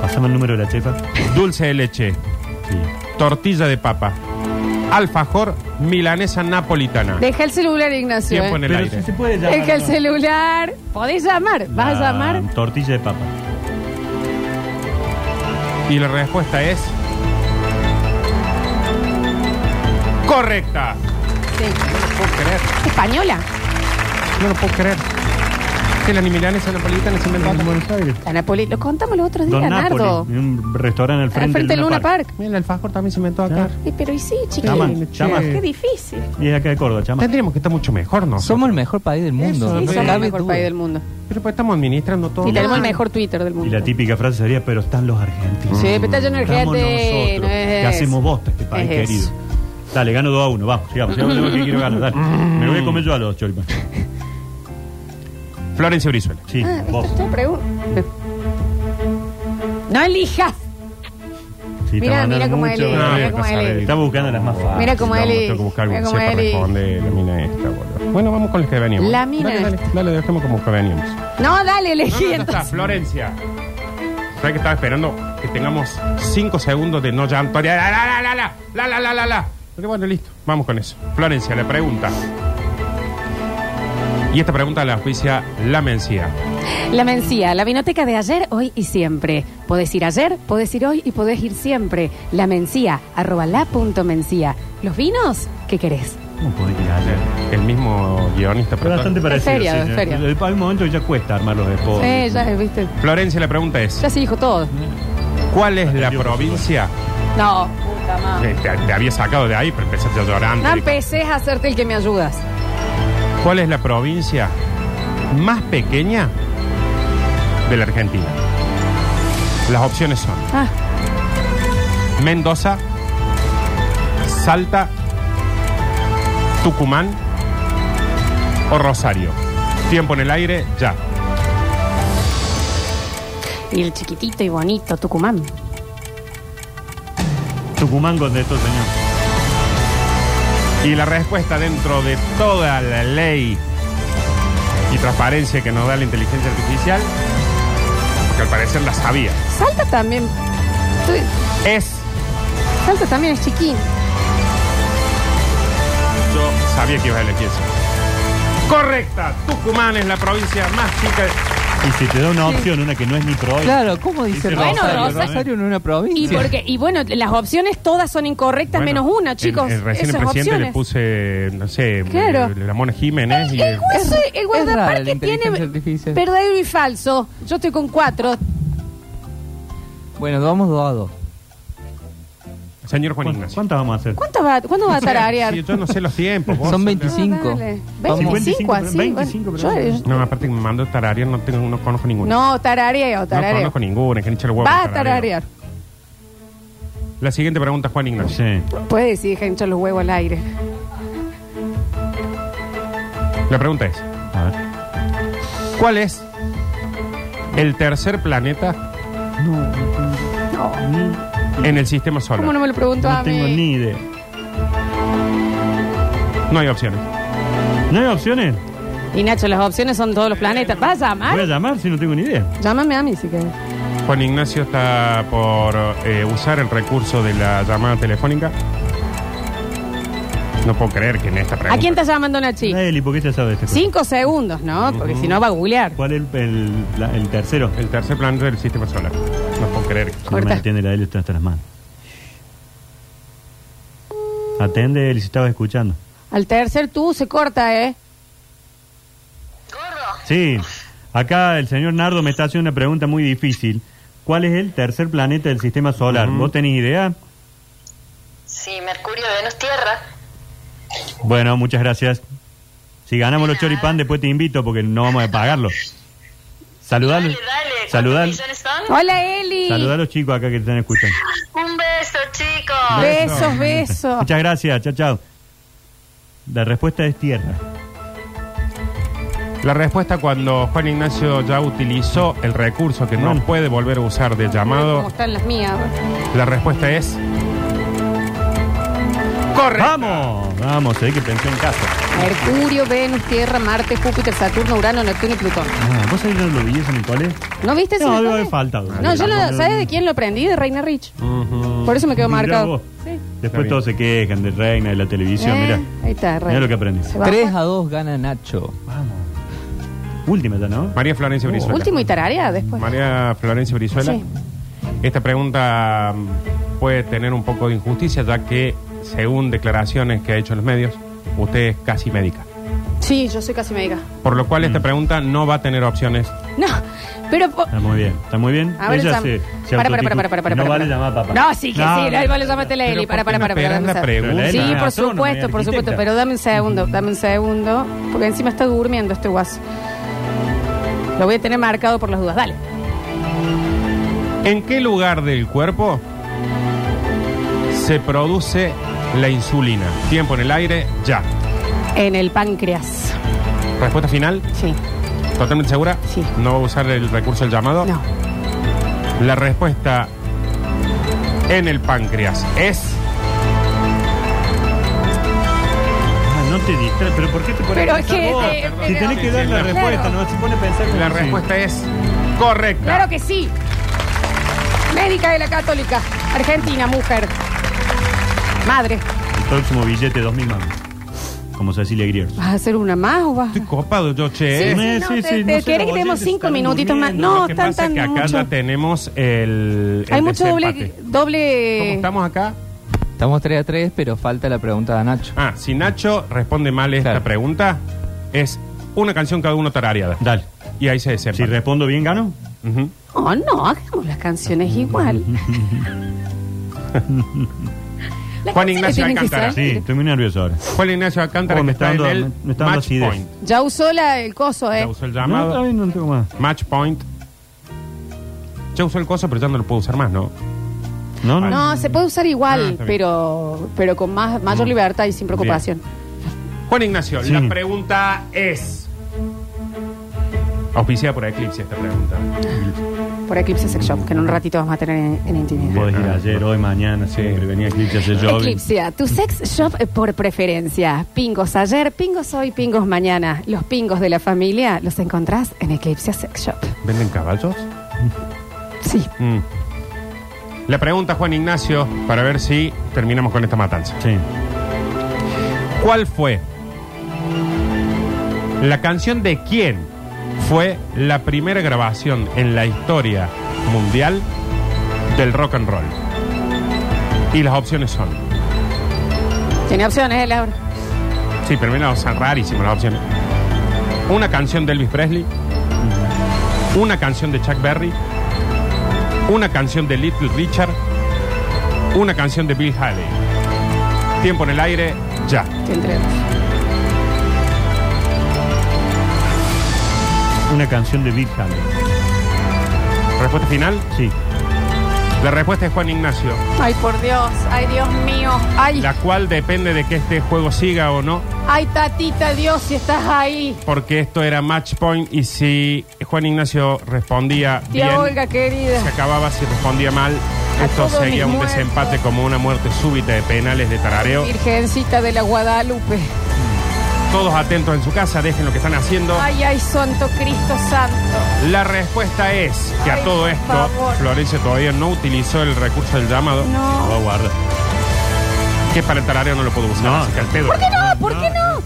B: Pasame el número de la chefa.
C: dulce de leche,
B: Sí.
C: tortilla de papa, alfajor, milanesa napolitana.
A: Deja el celular, Ignacio.
C: Tiempo en
A: eh.
C: el
B: Pero
C: aire.
B: si se puede llamar.
A: Deja el
B: ¿no?
A: celular. Podés llamar. ¿Vas a
B: La
A: llamar?
B: Tortilla de papa.
C: Y la respuesta es. ¡Correcta!
A: Sí.
C: No lo puedo creer,
A: Española.
C: no lo puedo creer. Que la ni milanesa napolitana se inventó acá.
B: En Buenos Aires.
A: La Napoli. Lo contamos los otros días,
B: Don
A: Nardo.
B: Napoli, en un restaurante al
A: Al
B: frente,
A: frente del Luna Park.
C: Mira, el alfajor también se inventó acá.
A: Eh, pero y sí,
B: Llama,
A: chiquillos.
B: llama.
A: Qué difícil.
B: Y es acá de Córdoba, chama.
C: Tendríamos que estar mucho mejor, ¿no?
D: Somos el mejor país del mundo.
A: Sí,
C: Eso,
D: no
C: Pero
A: somos el
D: cabe
A: mejor
D: duda.
A: país del mundo.
C: Pero pues estamos administrando todo.
A: Y tenemos el
C: mal.
A: mejor Twitter del mundo.
B: Y la típica frase sería, pero están los argentinos.
A: Sí, pero está lleno de
B: Estamos
A: gente.
B: nosotros,
A: no es
B: que
A: eso.
B: hacemos bosta este país,
A: Es
B: querido.
A: eso.
B: Dale, gano 2 a 1, vamos, sigamos, sigamos, sigamos, que quiero ganar, dale. Me lo voy a comer yo a los choripan.
C: Florencia Brizuela.
B: Sí,
A: Ah, esta
B: vos.
A: es tu pregunta. No elijas.
B: Sí,
A: Mirá,
B: está mandando
A: mirá cómo
B: mucho,
A: él es,
B: pero-
A: mirá cómo él es.
B: Está buscando las más fáciles.
A: Mira cómo
C: No,
A: Eli.
C: Tengo que buscar
A: Mira
C: algún
A: cómo
C: sea para
A: Eli.
C: responder la mina esta, boludo. Bueno, vamos con el que venimos.
A: La mina
C: Dale, dale, dale, dejemos como que venimos.
A: No, dale,
C: No, <laughs>
A: elegí
C: no, ya está,
A: entonces.
C: Florencia. ¿Sabes que estaba esperando que tengamos cinco segundos de no llanto? La, la, la, la, la, la, la, la, la, la. Pero bueno, listo. Vamos con eso. Florencia, la pregunta. Y esta pregunta la oficia La Mencía.
A: La Mencía, la vinoteca de ayer, hoy y siempre. Podés ir ayer, podés ir hoy y podés ir siempre. La Mencía, arroba la punto Mencía. ¿Los vinos? ¿Qué querés?
B: ¿Cómo podés ir ayer?
C: El mismo guionista.
B: Pero
C: perdón.
B: bastante parecido.
A: feriado,
B: sí,
A: es
B: ya.
A: feriado.
B: Eh, Hay un momento que ya cuesta armar los
C: Oh,
B: esposos.
A: Eh, ya, viste,
C: Florencia, la pregunta es,
A: ya se dijo todo.
C: ¿cuál es la provincia?
A: No, puta madre.
C: Eh, Te, te había sacado de ahí, pero empezaste a llorar.
A: No empecés a hacerte el que me ayudas.
C: ¿Cuál es la provincia más pequeña de la Argentina? Las opciones son
A: Ah,
C: Mendoza, Salta, Tucumán o Rosario. Tiempo en el aire, ya.
A: y el chiquitito y bonito Tucumán.
B: Tucumán contestó, señor.
C: Y la respuesta dentro de toda la ley y transparencia que nos da la inteligencia artificial, que al parecer la sabía,
A: Salta también. tu-
C: es,
A: Salta también es chiquín.
C: yo sabía que ibas a elegir eso. Correcta, Tucumán es la provincia más chica. de-
B: Y si te da una opción, una que no es ni pro.
D: Claro, ¿cómo dice
B: Dice
A: Bueno,
D: Rosario?
A: Rosario.
D: Rosario no es una provincia.
A: Y porque y bueno, las opciones todas son incorrectas
C: Bueno,
A: menos una,
C: el-
A: chicos.
C: El, recién
A: Esas
C: presidente
A: opciones.
C: le puse, no sé,
A: Claro.
C: la Mona Jiménez. y,
A: El hueso,
D: Es-
A: el
D: es rara
A: guardaparque
D: la
A: tiene
D: inteligencia artificial.
A: verdadero y falso. Yo estoy con cuatro.
D: Bueno, vamos dos a dos.
C: señor Juan
B: ¿Cuántas
C: Ignacio.
B: vamos a hacer?
A: ¿Cuánto va, ¿cuándo va a tararear? Ah,
C: Sí, yo no sé los tiempos. vos.
D: Son 25.
A: dale.
D: Vamos.
A: 25, así.
B: 25,
A: bueno, yo-
B: perdón.
A: yo-
C: No, aparte que me mando tararear, no, tengo, no conozco ninguna.
A: no, tarareo,
C: No
A: tarareo.
C: conozco ninguna, que ni echa el huevo.
A: va a
C: tarareo.
A: tararear.
C: La siguiente pregunta, Juan Ignacio.
B: Sí.
A: Puede decir, deja de hinchar los huevos al aire.
C: La pregunta es,
B: A ver.
C: ¿cuál es el tercer planeta
A: No.
C: en el sistema
A: ¿Cómo
C: solar?
A: no
C: No?
A: me lo preguntó a
B: No
A: mí?
B: tengo ni idea.
C: hay opciones.
B: ¿No hay opciones?
A: Y Nacho, las opciones son todos los planetas. ¿Vas a llamar?
B: Voy a llamar si no tengo ni idea.
A: Llámame a mí si querés.
C: Juan Ignacio está por eh, usar el recurso de la llamada telefónica. No puedo creer que en esta pregunta.
A: ¿A quién está llamando Nachi?
B: Eli, ¿por qué te sabe este?
A: Cinco segundos, ¿no? Porque si no va a googlear.
B: ¿Cuál es el, el- la- el tercero?
C: El tercer planeta del sistema solar. No puedo creer.
A: Corta.
B: No me entiende la Eli, está hasta las manos. Atende Eli, si estabas escuchando.
A: Al tercer tú se corta, ¿eh?
B: Sí, acá el señor Nardo me está haciendo una pregunta muy difícil. ¿Cuál es el tercer planeta del sistema solar? ¿Vos tenés idea?
E: Sí, Mercurio, Venus, Tierra.
B: Bueno, muchas gracias. Si ganamos los choripán, después te invito porque no vamos a pagarlo. Saludalo.
E: Dale, dale. ¿Cuántos
B: Saludalo.
E: millones son?
A: Hola, Eli.
B: Saludá a los chicos acá que te están escuchando.
E: Un beso, chicos.
A: Besos, besos.
B: Muchas gracias, chao, chao. La respuesta es tierra.
C: La respuesta cuando Juan Ignacio ya utilizó el recurso que no
B: Bueno.
C: puede volver a usar de
A: ¿Cómo
C: llamado,
A: están las mías?
C: la respuesta es. Ah. ¡Corre!
B: ¡Vamos! Vamos, se ve que pensé en casa.
A: Mercurio, Venus, Tierra, Marte, Júpiter, Saturno, Urano, Neptuno y Plutón.
B: Ah, ¿Vos sabés dónde lo vi eso, Nicole?
A: ¿No viste ese
B: No,
A: mensaje?
B: debe haber faltado.
A: No, yo lo, ¿sabes de quién lo aprendí? De Reina Rich. Por eso me quedó
B: Mirá
A: marcado.
B: vos.
A: Sí.
C: Está bien.
B: Después todos se quejan de Reina, de la televisión,
A: Eh,
B: mira.
A: Ahí está,
B: Mira
A: Reina.
B: lo que aprendís.
A: Se va.
D: 3 a 2 gana Nacho.
B: Vamos. Última ya, ¿no?
C: María Florencia Brizuela.
A: Último y tararea después.
C: María Florencia Brizuela.
A: Sí.
C: Esta pregunta mm, puede tener un poco de injusticia, ya que, según declaraciones que ha hecho en los medios, usted es casi médica.
A: Sí, yo soy casi médica.
C: Por lo cual, esta pregunta no va a tener opciones.
A: No, pero... po-
B: Está muy bien, está muy bien.
A: A ver,
B: Ella
A: llam-
B: se, se
A: para, para,
B: autotitula.
A: para, para, para, para,
B: No vale
A: para.
B: llamar a papá.
A: No, sí que sí, ahí vale
B: vale
A: llamarte la
C: Pero
A: Eli. Para,
C: ¿por
A: para,
C: qué
A: para,
C: no
A: para.
C: esperas
A: dame
C: la
A: un
C: pregunta?
A: segundo.
B: Pero la
A: Sí,
B: Eli
A: por
B: es astrónoma,
A: supuesto,
B: es
A: por supuesto,
B: arquitecta.
A: pero dame un segundo, dame un segundo, porque encima está durmiendo este guaso. Lo voy a tener marcado por las dudas, dale.
C: ¿En qué lugar del cuerpo se produce la insulina? Tiempo en el aire, ya.
A: En el páncreas.
C: Respuesta final,
A: Sí,
C: totalmente segura.
A: Sí.
C: No va a usar el recurso del llamado.
A: no.
C: La respuesta en el páncreas es.
B: Ah, no te distraes, pero ¿por qué te pones
A: Pero
B: a
A: es
B: pensar
A: que-
B: vos?
A: eh,
B: Si
A: pero-
B: tenés que dar
C: Sí,
B: la
C: claro.
B: respuesta, no se pone a pensar como
C: La
B: si-
C: respuesta es correcta.
A: Claro que sí. Médica de la Católica, Argentina, mujer. Madre.
B: El próximo billete, dos mil manos. Como Cecilia Griers.
A: ¿Vas a hacer una más o vas?
C: Estoy copado, yo, che.
A: Sí,
C: ¿eh?
A: sí,
B: Eh,
A: no,
B: sí,
A: te- te-
B: sí, no sé,
A: ¿querés
B: los
A: que demos
B: oyentes
A: cinco
B: están
A: minutitos más?
B: durmiendo.
A: No,
C: Lo que
A: están
C: pasa es
A: tan
C: que acá
A: mucho.
C: ya tenemos el. el
A: Hay mucho doble, eh,
C: desempate. ¿Cómo
A: doble
C: estamos acá?
D: Estamos 3 a 3, pero falta la pregunta de Nacho.
C: Ah, si Nacho responde mal esta
D: Claro.
C: pregunta, es una canción cada uno tarareada.
B: Dale.
C: Y ahí se
B: Si
C: desempata.
B: respondo bien, gano.
C: Ujú.
A: Oh, no, hagamos las canciones
C: <laughs>
A: igual. Las
C: Juan
A: canciones
C: Ignacio
A: tienen que
C: Alcántara,
A: ser-
B: Sí, estoy muy nervioso ahora.
C: Juan Ignacio Alcántara
B: Oh,
C: que
B: me está
C: está en
B: dando-
C: el
B: me está dando
C: Match
B: acidez.
C: Point.
A: Ya usó la, el coso, ¿eh?
C: Ya usó el
B: No,
C: llamado.
B: está bien, no tengo más.
C: Match Point. Ya usó el coso, pero ya no lo puedo usar más, ¿no?
B: No, no.
A: No, se puede usar
C: Ah,
A: igual,
C: está bien. Mm.
A: pero, pero con más, mayor libertad y sin preocupación.
C: Juan Ignacio,
B: Sí.
C: la pregunta es. Auspiciada por Eclipse esta pregunta.
A: Por Eclipse Sex Shop, que en un ratito vamos a tener en, en intimidad.
B: Podés ir ayer, hoy, mañana, siempre. Venía Eclipse, hacer jogging.
A: Eclipse, tu sex shop eh, por preferencia. Pingos ayer, pingos hoy, pingos mañana. Los pingos de la familia los encontrás en Eclipse Sex Shop.
C: ¿Venden caballos?
A: Sí.
C: Mm. La pregunta, Juan Ignacio, para ver si terminamos con esta matanza.
B: Sí.
C: ¿Cuál fue? ¿La canción de quién fue la primera grabación en la historia mundial del rock and roll? Y las opciones son.
A: Tiene opciones, ¿eh, Laura?
C: Sí, pero mira, son rarísimas las opciones. Una canción de Elvis Presley. Una canción de Chuck Berry. Una canción de Little Richard. Una canción de Bill Haley. Tiempo en el aire, ya.
A: Te entrego.
B: Una canción de Big Hand.
C: Respuesta final.
B: Sí.
C: La respuesta es Juan Ignacio,
A: Ay, por Dios, ay, Dios mío. Ay,
C: la cual depende de que este juego siga o no,
A: ay, tatita, Dios, si estás ahí.
C: porque esto era match point y si Juan Ignacio respondía
A: Tía
C: bien,
A: Olga, querida.
C: se acababa, si respondía mal,
A: A
C: esto
A: todos
C: seguía
A: mis
C: un
A: muertos.
C: desempate como una muerte súbita de penales de tarareo.
A: Virgencita de la Guadalupe.
C: Todos atentos en su casa, dejen lo que están haciendo.
A: Ay, ay, santo Cristo santo.
C: La respuesta es que
A: Ay,
C: a todo
A: por
C: esto,
A: favor.
C: Florencia todavía no utilizó el recurso del llamado,
A: No.
B: No, guarda.
C: que para el tarareo no lo puedo usar.
B: No.
C: así que al pedo.
A: ¿Por qué no? ¿Por qué no?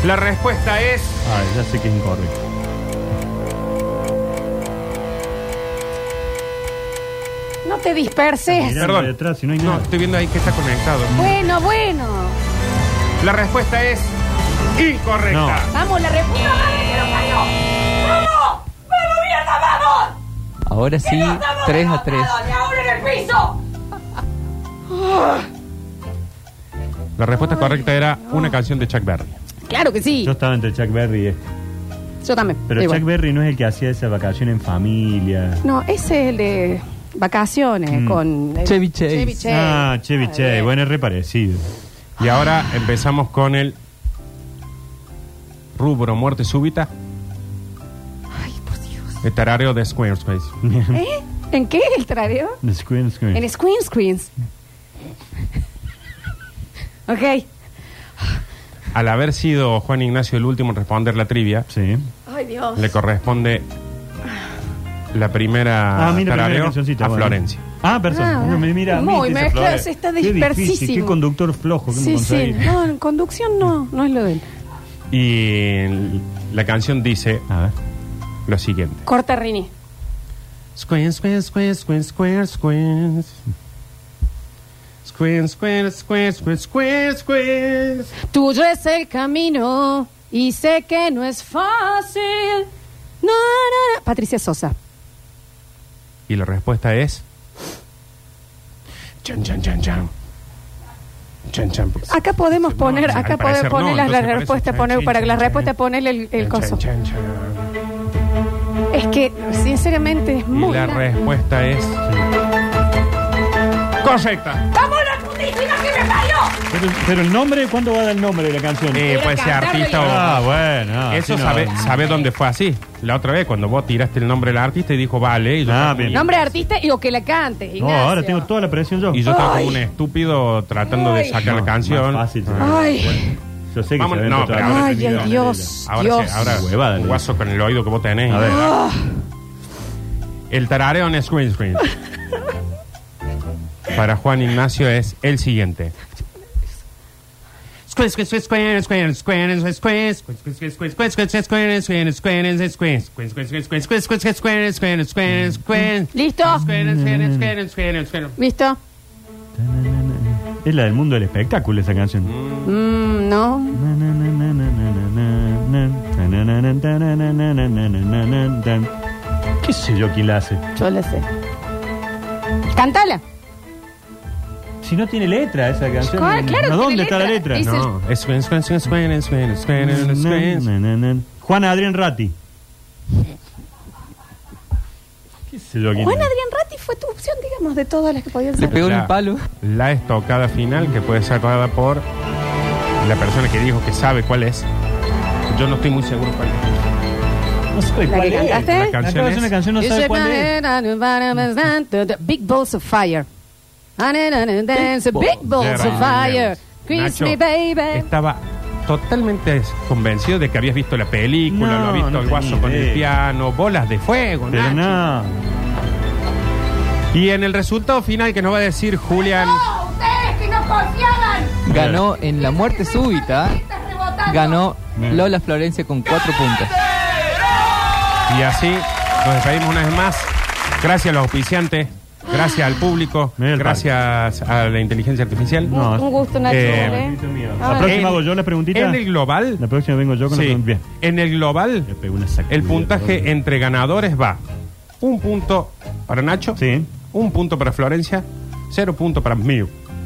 B: Sí.
C: La respuesta es
B: Ay, ya sé que es incorrecto.
A: No te disperses.
B: Mirá
C: Perdón.
B: detrás, si no hay
C: No,
B: nada.
C: estoy viendo ahí que está conectado.
A: Bueno, bueno.
C: La respuesta es incorrecta.
A: Vamos, la república.
F: ¡Vamos! ¡Vamos, mierda, vamos!
D: Ahora
F: ¡Que
D: sí,
F: no estamos
D: 3 a 3.
F: derrotados, ¡Ni aún en el piso!
C: La respuesta correcta era una canción de Chuck Berry.
A: Claro que sí.
B: Yo estaba entre Chuck Berry y este.
A: Yo también.
B: Pero
A: Da
B: Chuck
A: igual.
B: Berry no es el que hacía esa vacación en familia.
A: No, ese es el de vacaciones
B: Mm.
A: con eh,
D: Chevy Chase.
A: Chevy Chase.
B: Ah, Chevy
A: Está
B: Chase.
A: bien.
B: Bueno, es reparecido.
C: Y ahora empezamos con el rubro muerte súbita.
A: Ay, por Dios.
C: El tarareo de Squarespace.
A: ¿Eh? ¿En qué el trareo?
B: Screen, screen.
A: En Screen Screens.
B: Mm.
A: ok.
C: Al haber sido Juan Ignacio el último en responder la trivia,
B: Sí.
A: Ay, Dios.
C: le corresponde la primera
B: Ah, mira, primera
C: tarareo
B: cancioncita.
C: a
B: bueno.
C: Florencia.
B: Ah, perdón.
A: Ah,
B: Uno me mira a mí,
A: muy
B: dice,
A: mezclado,
B: Flores.
A: se está
B: Qué, difícil, qué
A: dispersísimo.
B: conductor flojo que me
A: Sí, sí.
B: conseguí.
A: No, en conducción no, no es lo de él.
C: Y el- la canción dice
B: A ver.
C: lo siguiente.
A: Corta Rini.
C: Square, square, square, square, square, square. Square, square, square, square, square, square.
A: Tuyo es el camino y sé que no es fácil. No, no, no. Patricia Sosa.
C: Y la respuesta es. Chan, chan, chan, chan. Chan, chan.
A: Acá podemos
C: No,
A: poner,
C: al
A: acá podemos
C: parecer no,
A: poner las
C: entonces parece
A: respuestas,
C: chan,
A: poner
C: chin,
A: para que
C: chan,
A: las
C: chan.
A: respuestas poner el, el
C: Chan,
A: coso.
C: chan, chan.
A: Es que sinceramente es
C: Y
A: muy.
C: la
A: largo.
C: respuesta es. Eh, Correcta.
F: ¡Vamos, la putísima que me parió!
B: Pero, pero el nombre, ¿cuándo va a dar el nombre de la canción?
C: Eh, puede ser
A: cantarlo y
C: artista o.
B: ah, bueno. ah,
C: Eso
B: sí, no.
C: sabe, sabe dónde fue así. La otra vez, cuando vos tiraste el nombre del artista y dijo, vale. Y yo
B: Ah,
C: estaba como-
B: bien.
A: Nombre de artista y o que la cante.
B: No,
A: Ignacio.
B: ahora tengo toda la presión yo.
C: Y yo estaba como un estúpido tratando de
A: Ay.
C: sacar la canción.
B: Más fácil.
A: Ay,
B: Yo sé que
C: Vamos-
B: se
C: no, pero
A: ay,
C: ahora
A: ay, Dios.
C: Ahora,
A: Dios.
C: sí, ahora
B: Huevada,
C: un
B: le
C: guaso con el oído que vos tenés.
B: A ver.
C: El tarareo en Screen Screen. Para Juan Ignacio es el siguiente. Square, square, square, square, square, square, square, square, square, square, square, square, square, square, square, square, square, square, square, square, square.
A: ¿Listo?
C: Square, square, square, square, square.
A: ¿Listo?
B: Es la del mundo del espectáculo esa canción.
A: Mm, no.
B: ¿Qué sé yo quién la hace?
A: Yo la sé. Cántala.
B: Si no tiene letra esa canción.
A: Claro, claro
B: ¿no?
A: que
B: ¿Dónde
A: tiene
B: está la
A: letra.
B: letra?
A: Dice-
C: No, square, square, square, square, square, square, square.
B: Juan Adrián Ratti. ¿Qué sé yo quién
A: Juan
B: es?
A: Adrián Ratti fue tu opción, digamos, de todas las que podían
D: Le
A: ser.
D: pegó en
C: La-
D: el palo.
C: La estocada final que puede ser dada por la persona que dijo que sabe cuál es. Yo no estoy muy seguro cuál es.
B: No sabe
A: ¿La
B: cuál
A: que
B: es.
A: cantaste?
B: Acaba
C: La
B: de
C: canción
B: hacer una
C: es-
B: canción, no sabe cuál es.
A: Big Balls of Fire. Big Balls of
C: Jerry
A: Fire.
C: Williams.
A: Kiss
C: Nacho
A: me, baby.
C: Estaba totalmente convencido de que habías visto la película,
B: No,
C: lo habías visto
B: no
C: el guaso
B: tenía
C: con el
B: idea.
C: piano, bolas de fuego,
B: Pero
A: eh,
C: Nacho.
B: no.
C: Y en el resultado final que nos va a decir Julián,
F: ¡No! ¡Ustedes que no confiaban!
D: Ganó en la muerte súbita.
F: Estás rebotando.
D: Ganó
B: Bien.
D: Lola Florencia con 4 puntos.
C: y así nos despedimos una vez más. Gracias a los auspiciantes, gracias al público,
B: Mira el
C: gracias a la inteligencia artificial.
B: No,
A: Un gusto, Nacho.
C: Eh,
A: ¿eh?
B: La próxima hago yo las preguntitas.
C: En el global,
B: La próxima vengo yo con
C: sí,
B: la pregunta. Bien.
C: en el global,
B: Le pego una sacudida,
C: el puntaje
B: perdón.
C: entre ganadores va un punto para Nacho,
B: Sí.
C: un punto para Florencia, cero punto para mí.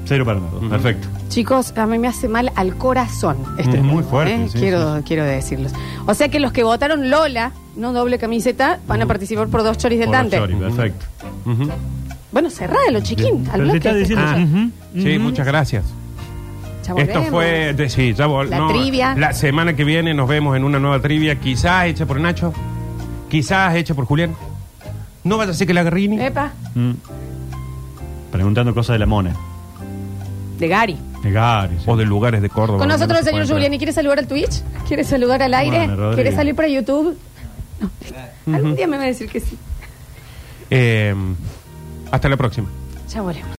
B: Cero para nada. Perfecto.
A: Chicos, a mí me hace mal al corazón. Este
B: Es Mm, muy
A: tema,
B: fuerte,
A: ¿eh?
B: sí,
A: quiero, quiero decirlos. O sea que los que votaron Lola, no doble camiseta, van a participar por dos choris del
B: Mm. Por
A: Dante.
B: Chori, perfecto.
A: Bueno, cerralo, chiquín. Al
B: Pero se
A: bloque. este.
B: está diciendo.
C: Ah.
B: ujú,
C: Sí,
B: ujú.
C: muchas gracias.
A: Ya
C: Esto
A: volvemos.
C: fue. de- sí, ya vol-
A: La trivia.
C: La semana que viene nos vemos en una nueva trivia, quizás hecha por Nacho, quizás hecha por Julián. No vaya a ser que la haga Rini.
A: Epa,
B: Mm. Preguntando cosas de la mona.
A: de Gary.
B: De Gary, sí.
C: o de lugares de Córdoba.
A: Con
C: donde
A: nosotros
C: no
A: el
C: se
A: señor
C: puede
A: Julián. ¿Y quiere saludar al Twitch? ¿Quiere saludar al aire?
B: Rodrigo.
A: ¿Quiere salir para YouTube? No. Algún día me va a decir que sí.
C: entrar. Eh, hasta la próxima.
A: Ya volvemos.